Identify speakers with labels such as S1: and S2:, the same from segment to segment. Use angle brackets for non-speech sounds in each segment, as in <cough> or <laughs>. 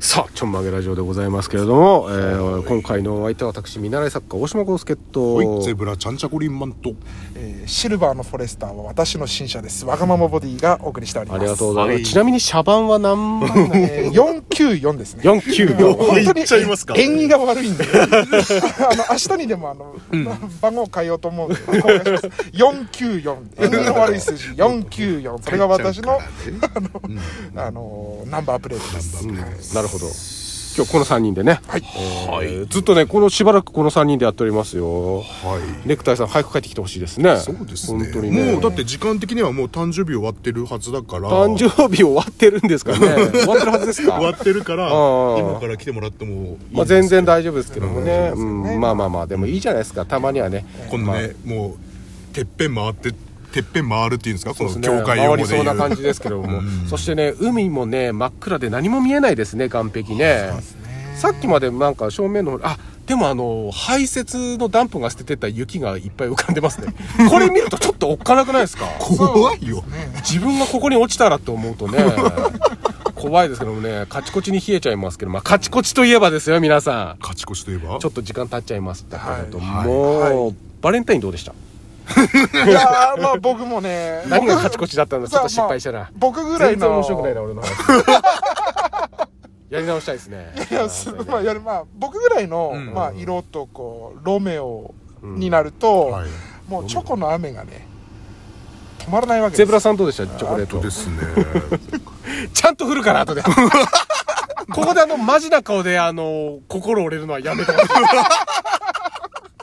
S1: さあちょんまげラジオでございますけれども、えー今回のお相手は私見習い作家大島康介
S2: お
S1: と
S2: いゼブラちゃんちゃこりんマント
S3: えーシルバーのフォレスターは私の新車です。わがままボディがお送りしておりま
S1: あ
S3: す。
S1: りがとうご
S3: ご
S1: ざいます、
S2: はい
S1: ちなみに車番は何番
S3: えー、494ですね。
S2: <laughs>
S1: 494
S2: おい言っちゃいますか
S3: 縁起が悪
S1: <laughs>
S3: いんで。あの、明日にでもあの、番号変えようと思うんで、交換します494。縁起が悪い数字、494。それが私の、あの、ナンバープレートです。
S1: なるほど今日この3人でね、
S3: はい。
S2: は
S1: え
S2: い
S1: ーずっとねこのしばらくこの3人でやっておりますよ
S2: はい
S1: ネクタイさん早く帰ってきてほしいですね
S2: そうですね
S1: 本当にね
S2: もうだって時間的にはもう誕生日終わってるはずだから
S1: 誕生日終わってるんですからね終わってるはずですか
S2: <laughs> 終わってるから
S1: ー
S2: 今から来てもらってもいい
S1: <laughs> まあ、
S2: です
S1: 全然大丈夫ですけどもね、う
S3: ね
S1: ん、まあまあまあでもいいじゃないですかたまにはね
S2: このねもうてっぺん回っててっぺん回るっていうんですかこの
S1: そうです
S2: 教
S1: ね
S2: 会用
S1: 回
S2: 語
S1: り
S2: で
S1: そ
S2: 言
S1: う
S2: う
S1: な感じですけども、そしてね海もね真っ暗で何も見えないですね岸壁ねさっきまでなんか正面の方にあでもあの排雪のダンプが捨ててった雪がいっぱい浮かんでますね <laughs> これ見るとちょっとおっかなくないですか
S2: 怖いよ
S1: 自分がここに落ちたらって思うと
S2: <laughs>
S1: ね怖いですけどもねカチコチに冷えちゃいますけどまあカチコチといえばですよ皆さん
S2: 勝ち越しといえば
S1: ちょっと時間経っちゃいますだけれども、
S2: はい
S3: は
S1: バレンタインどうでした
S3: いやー、まあ僕もね、
S1: 何がカチコチだったのちょっと
S3: さ
S1: 失
S3: あ
S1: 敗したな
S3: まあ、僕ぐらい
S1: 全然
S3: の。
S1: 面白くないな俺の話やり直したいですね
S3: いや、すまあ、やる、まあ、僕ぐらいの、まあ、色と、こう、ロメオになると、
S2: はい
S3: もうチョコの雨がね、止まらないわけです。
S1: ゼブラさんどうでしたチョコレー
S2: そ
S1: ト
S2: うですね
S1: ちゃんと振るから後でここであのマジな顔であの心折れるのはやめてほしい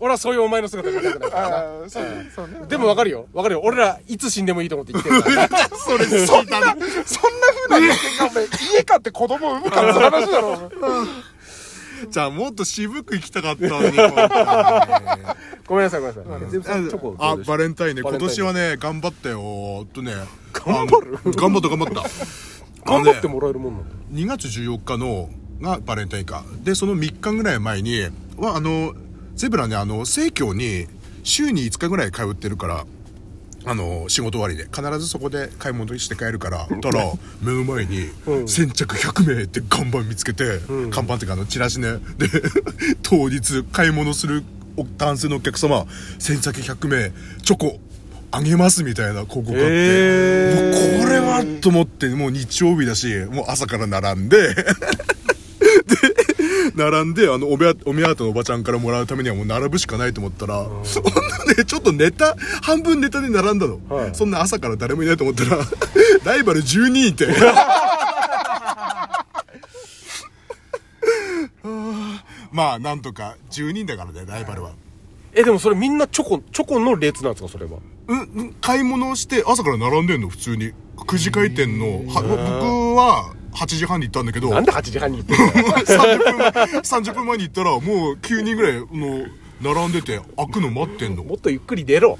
S1: 俺はそういうお前の姿見たくないからな
S3: あーそうね、そうね。
S1: でもわかるよわかるよ俺らいつ死んでもいいと思って生きてるから
S2: それ聞いたの
S3: そんな風な人間が、お前、家買って子供産むからって話だろ、お前
S2: じゃあもっと渋く行きたかったのに今回
S1: ごめんなさいごめんなさいゼブラさんチョコ
S2: あ
S1: どうでした
S2: バレンタインね
S1: バレンタ
S2: 今
S1: イン
S2: 年はね頑張ったよえっとね
S1: 頑張る
S2: あの頑張った頑張っ
S1: 頑張っ
S2: た
S1: て
S2: あのね
S1: もらえるもんなんだ
S2: 2月14日のがバレンタインかでその3日ぐらい前にはあのゼブラねあの生協に週に5日ぐらい通ってるからあの仕事終わりで必ずそこで買い物して帰るからたら目の前に先着100名って看板見つけて、看板っていうかあのチラシねで <laughs> 当日買い物するお男性のお客様先着100名チョコあげますみたいな広告があって、
S1: へー
S2: もうこれはと思ってもう日曜日だしもう朝から並んでで並んであのお目当お目当てのおばちゃんからもらうためにはもう並ぶしかないと思ったらそんなねちょっとネタ半分ネタで並んだの、
S1: はい
S2: そんな朝から誰もいないと思ったらライバル12人いて <laughs> まあなんとか10人だからねライバルは。
S1: えでもそれみんなチョコチョコの列なんですかそれは
S2: うんうん、買い物をして朝から並んでんの普通に9時開店のは僕は8時半に行ったんだけど <laughs>
S1: なんで8時半に行ってんだよ
S2: 30分前30分前に行ったらもう9人ぐらいの並んでて開くの待ってんの
S1: もっとゆっくり出ろ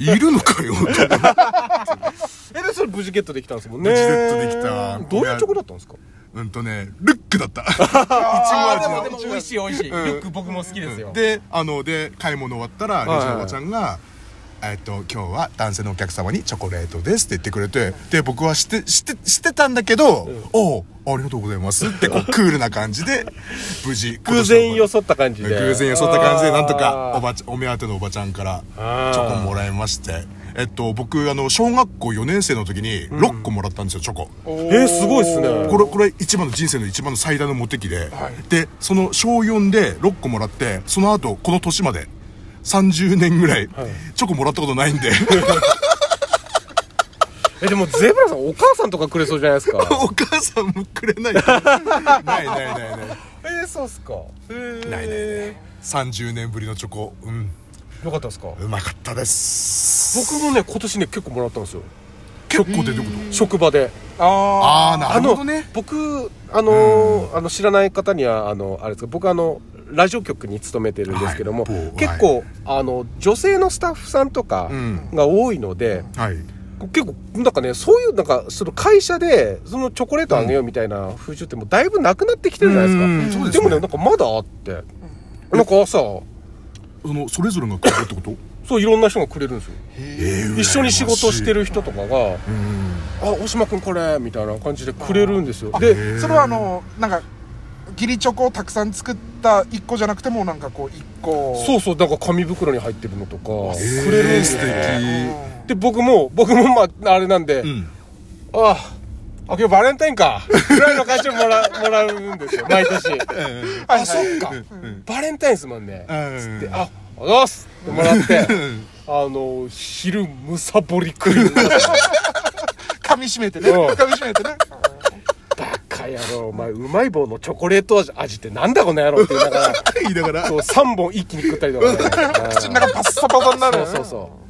S2: いるのかよと
S1: <laughs> えでそれ無事ゲットできたんですもんね
S2: 無事ゲットできた
S1: どういうチョコだったんですか
S2: うんとねルックだったいちご味の
S3: でも
S4: 美味しい美味しい、ルック僕も好きですよ、
S2: であので買い物終わったらレジのおばちゃんが「えっと今日は男性のお客様にチョコレートです」って言ってくれてで僕はしてしてしてたんだけど「おうありがとうございます」ってこうクールな感じで無事
S1: 偶然よ
S2: よそ
S1: そった感じで
S2: 偶然よそった感じでなんとか
S1: あー
S2: おばちお目当てのおばちゃんから
S1: あー
S2: チョコもらいましてえっと僕あの小学校4年生の時に6個もらったんですよチョコ、
S1: <laughs> えーすごいっすね
S2: これこれ一番の人生の一番の最大のモテ期で、でその小4で6個もらってその後この年まで30年ぐらいチョコもらったことないんで、
S1: <laughs> えでもゼブラさんお母さんとかくれそうじゃないですか
S2: お母さんもくれないないないないない
S1: えー、そうっすかえー、
S2: ないないない30年ぶりのチョコうん
S1: よかったっすか
S2: うまかったです
S1: 僕もね今年ね結構もらったんですよ
S2: 結構出てくる
S1: 職場で
S3: あ
S2: ああなるほどね
S1: あの僕あのーあの知らない方にはあのあれですけど僕あのラジオ局に勤めてるんですけども、
S2: はい某
S1: 結構、あの女性のスタッフさんとか
S2: うん
S1: が多いので、
S2: はい
S1: 結構なんかねそういうなんかその会社でそのチョコレートあげようみたいな風習ってもうだいぶなくなってきてるじゃないです
S2: うん
S1: か
S2: そうです
S1: で
S2: ね
S1: もねなんかまだあってなんか朝
S2: そのそれぞれがくれるってこと
S1: そういろんな人がくれるんですよ
S2: えー
S1: 一緒に仕事して
S2: 羨
S1: る人とかが「あ大島君これ」みたいな感じでくれるんですよで
S3: それはあのなんか義理チョコをたくさん作った1個じゃなくてもなんかこう1個
S1: そうそうだから紙袋に入ってるのとか
S2: ましい
S1: くれるん
S2: え
S1: で
S2: ー
S1: す
S2: 素
S1: よ
S2: 敵
S1: で僕も僕もまああれなんで、
S2: ん
S1: あああ今日バレンタインかぐらいの会社もらもらうんですよ毎年あそっかバレンタインですもんね
S2: うん
S1: であおざっすってもらってあの昼むさぼり食いになって
S3: 噛み締めてね
S1: うん
S3: 噛み締めてね
S1: バカ野郎お前うまい棒のチョコレート味味ってなんだこの野郎って言いながら
S2: 言いながら
S1: <laughs> そう3本一気に食ったりとか、ね、
S3: <laughs> 口の中パッサパサになる
S1: そうそうそう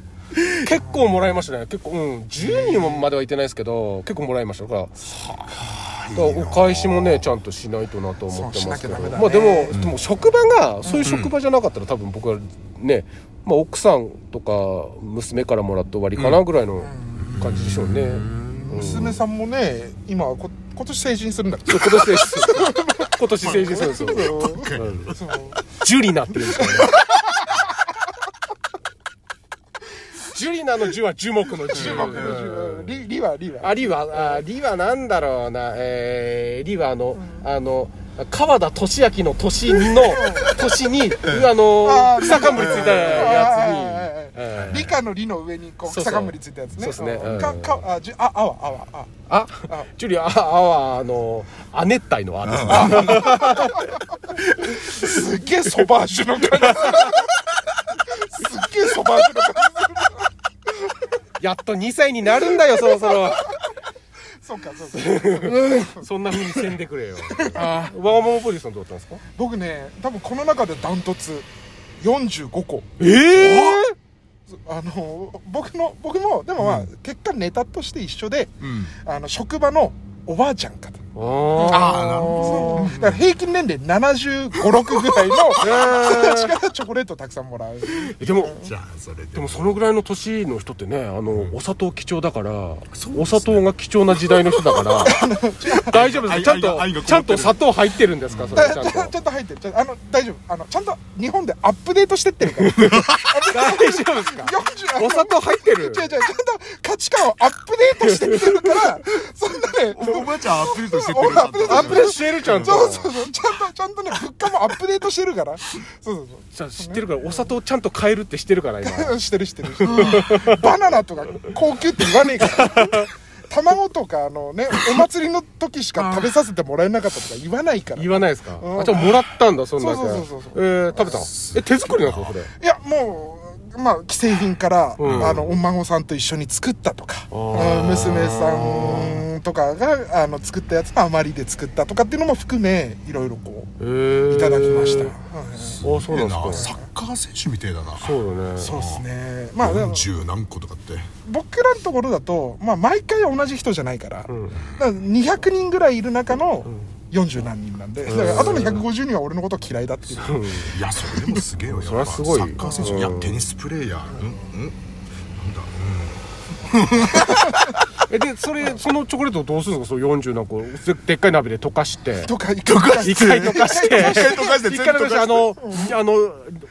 S1: 結構もらいましたね結構うん10人まではいってないですけど結構もらいましただからだからお返しもねちゃんとしないとなと思ってますけど、
S3: そうしなきゃダメだね
S1: まあでも、でも職場がそういう職場じゃなかったら多分僕はね、まあ、奥さんとか娘からもらった終わりかなぐらいの感じでしょうね、
S3: 娘さんもね今こ今年成人するんだっけ
S1: そう今年成人する <laughs> 今年成人するんですよ、うん
S3: そう
S1: ジュリナって言うんです <laughs> からね。ジュリナの樹は樹木の樹。
S3: うんリリはリは
S1: あ、リは、あリはなんだろうな、えー、リはあの、あの、川田俊明の年の、年に、あ
S3: あ
S1: の、
S3: ー
S1: 草冠ついたやつ
S3: あー
S1: に、えー
S3: 理科の理の上にこう
S1: そうそう
S3: 草冠ついたやつね
S1: そうっすねうん
S3: かかあじゅああわあわあ
S1: あ、ジュリア、ああは、あの、亜熱帯のあですね。
S3: すっげえソバージュの感じすっげえソバージュの感
S1: やっと2歳になるんだよ、そろそろ。
S3: じそうかそうか
S1: <laughs> そんな風にせんでくれよ。ああ。ワガモンポジションどうだったんですか
S3: 僕ね多分この中でダントツ45個
S1: ええ
S3: あの僕の僕もでもまあ、結果ネタとして一緒で、
S2: うん
S3: あの職場のおばあちゃん方
S1: あ
S2: あーなる
S1: ほ
S3: だから平均年齢756ぐらいの <laughs> 人たちからチョコレートをたくさんもらう
S1: どでも
S2: じゃあそれで
S1: でもそのぐらいの年の人ってねあの、お砂糖貴重だから、
S2: そうですね
S1: お砂糖が貴重な時代の人だから大丈夫です
S2: 愛
S1: ちゃん
S2: 愛が愛
S1: と
S2: がこもってる
S1: ちゃんと砂糖入ってるんですかそれ
S3: だ
S1: ちゃん
S3: ちょ
S1: と
S3: ちょっと入ってるちょっとあの大丈夫あのちゃんと日本でアップデートしてってるから
S1: 大
S3: 40
S1: 丈夫ですか
S3: あ
S1: <laughs>
S3: の
S1: お砂糖入ってる
S3: 違う違うちゃんと価値観をアップデートしてってるからそんなね
S2: おばあちゃんアップデートしてって
S3: おばあちゃん
S1: アップデートしてるちゃんと
S3: そうそうそうちゃんとちゃんとね物価もアップデートして
S1: <laughs>
S3: るからそうそうそう
S1: じゃあ知ってるからお砂糖ちゃんと買えるってしてるから今
S3: <laughs> してるしてるバナナとか高級って言わね
S1: <laughs>
S3: えから卵とかあのねお祭りの時しか食べさせてもらえなかったとか言わないからい
S1: 言わないですかあじゃあもらったんだそんだけ
S3: そうそうそうそう
S1: えー、食べたのえ手作りなんですかそれ
S3: やもうまあ既製品から、
S1: ん
S3: あのお孫さんと一緒に作ったとかうん娘さんとかがあの作ったやつの余りで作ったとかっていうのも含めいろいろこ
S1: えー
S3: ういただきました、
S1: あ
S3: はい
S1: そうなん
S2: な
S1: です
S2: サ
S1: か
S2: ッカー選手みてえだな
S1: そうだね
S3: そうですねまあでも
S2: 十何個とかって
S3: 僕らのところだと、まあ、毎回同じ人じゃないから,、だから200人ぐらいいる中の40何人なんで、だからあとの150人は俺のこと嫌いだっていう、
S2: いや <laughs> それでもすげえよやっぱ
S1: それはすごい
S2: サッカー選手いや
S1: うん
S2: テニスプレーヤーうんうん
S1: えでそれそのチョコレートをどうするんですかその40何個ででっかい鍋で溶かして
S3: とかいかが
S1: 一回溶かして
S3: <laughs>
S1: 一回
S2: 溶かして
S1: 一回溶かしてあのあの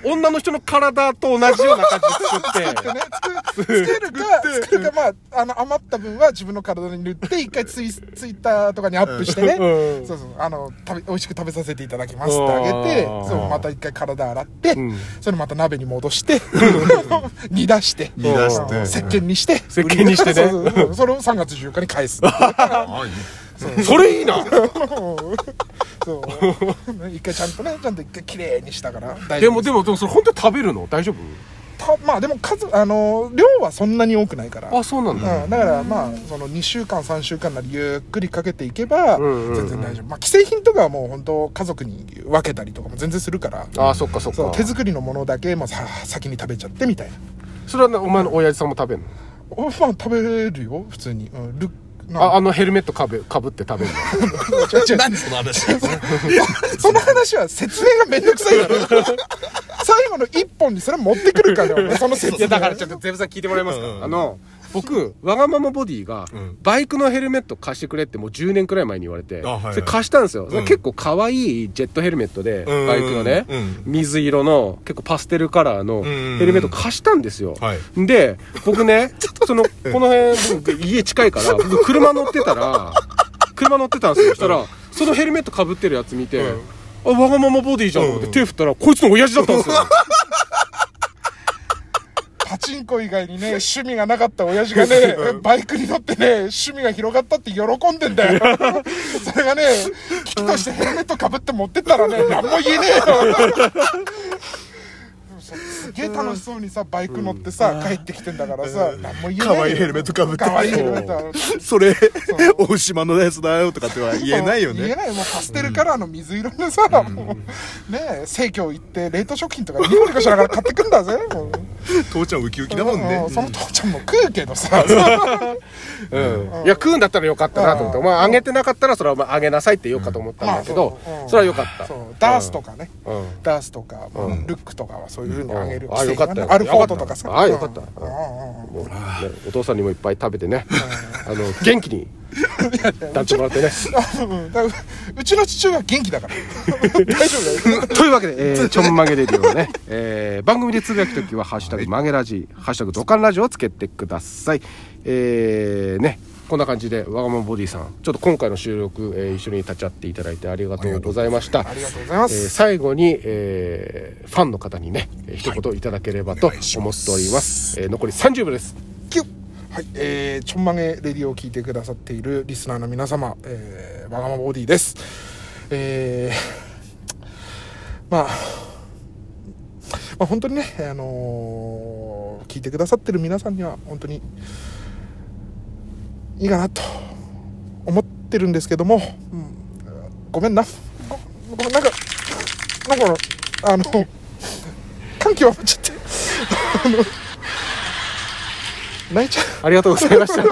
S1: 女の人の体と同じような感じで作って
S3: ね作作るか作るかまああの余った分は自分の体に塗って一回ツイツイッターとかにアップしてね、
S1: うん
S3: そうそうあの食べ美味しく食べさせていただきますってあげて
S1: うん
S3: そうまた一回体洗って、
S1: ん
S3: それまた鍋に戻して
S1: <laughs>
S3: 煮出して
S2: 煮出して
S3: うん石鹸にして
S1: 石鹸にしてね
S3: そうそうそうそれを3月14日に返す
S2: あいい
S1: それいいな
S3: そう一回ちゃんとねちゃんと一回綺麗にしたから大
S1: で
S3: 丈夫
S1: もでもでもそれ本当に食べるの大丈夫
S3: たまあでも数あの量はそんなに多くないから
S1: あそうなんだ
S3: うん、だからまあその2週間3週間なりゆっくりかけていけば
S1: んうんうん
S3: 全然大丈夫、まあ、既製品とかはもう本当家族に分けたりとかも全然するから
S1: あそっかそっ
S3: そう
S1: か
S3: 手作りのものだけ、まあ、さ先に食べちゃってみたいな
S1: それはなお前の親父さんも食べるの
S3: おまあ食べるよ普通に、うん、ルな
S1: ああのヘルメットかぶかぶって食べる
S3: 違う違う
S2: 何その話
S3: <laughs> その話は説明がめんどくさいから <laughs> 最後の1本にそれ持ってくるからよお前その説
S1: の
S3: 明
S1: ょっとゼブさん聞いてもらえますかあの僕わがままボディが
S2: うん
S1: バイクのヘルメット貸してくれってもう10年くらい前に言われて、
S2: あはいはい
S1: それ貸したんですよ、それ
S2: うん
S1: 結構可愛いジェットヘルメットで
S2: うん
S1: バイクのね、
S2: うん
S1: 水色の結構パステルカラーの
S2: ん
S1: ヘルメット貸したんですよ、
S2: はい
S1: で僕
S2: <laughs>
S1: ねそのこの辺僕家近いから僕車乗ってたら車乗ってたんですよそしたらそのヘルメットかぶってるやつ見て、あわがままボディじゃんと思って
S2: うん
S1: 手振ったらこいつの親父だったん
S2: <laughs>
S1: ですよ
S3: パチンコ以外
S2: <laughs>
S3: にね、趣味がなかった親父がね、バイクに乗ってね、趣味が広がったって喜んでんだよ。それがね、危機としてヘルメットかぶって持ってったらね、何も言えねえよ。すげえ楽しそうにさ、バイク乗ってさ、帰ってきてんだからさ、何も言えねえよ。
S2: <laughs> 可愛いヘルメットかぶって
S3: かわいいヘルメット。
S2: それ大島のやつだよとかっては言えないよ
S3: 言え
S2: ね
S3: ないもうパステルカラーの水色のさ、もうねえ生協行って冷凍食品とかニコニコしながら買ってくんだぜもう
S2: 父ちゃんウキウキだもんね
S3: うその父ちゃんも食うけどさ
S1: うんいや食うんだったらよかったなと思ってお前あげてなかったらそれはお前あげなさいって言おうかと思ったんだけど
S3: まあそううん
S1: それはよかった
S3: そうダースとかね、
S1: うん
S3: ダースとか、ルックとかはそういうふうにあげる、
S1: うんあよかったよ
S3: アルフォートとかさ
S1: あよ
S3: <laughs>
S1: かった
S3: うんうんうん
S1: もうねお父さんにもいっぱい食べてねあの元気になってもらってね
S3: うんだからうちの父親は元気だから大丈夫だよ
S1: というわけで、え
S3: <laughs>
S1: ー、ちょんまげレディオね、えー番組でつぶやくときは、ハッシュタグ曲げラジ、ハッシュタグドカンラジオをつけてください。えーね、こんな感じで、わがままボディさん、ちょっと今回の収録、えー一緒に立ち会っていただいてありがとうございました。
S3: ありがとうございます
S1: えー最後に、えーファンの方にね、えー一言いただければと
S2: お願いし
S1: 思
S2: ま
S1: っております。えー残り30秒です。
S3: キュッはい、えー、ちょんまげレディオを聞いてくださっているリスナーの皆様、えー、わがままボディです。えー、まあ、まあ、本当にね、あのー聞いてくださってる皆さんには、本当に、いいかなと思ってるんですけども、うん、ごめんな。ごごめん、なんか、なんか、あの、感極まっちゃって、あの、泣いちゃう。
S1: ありがとうございました。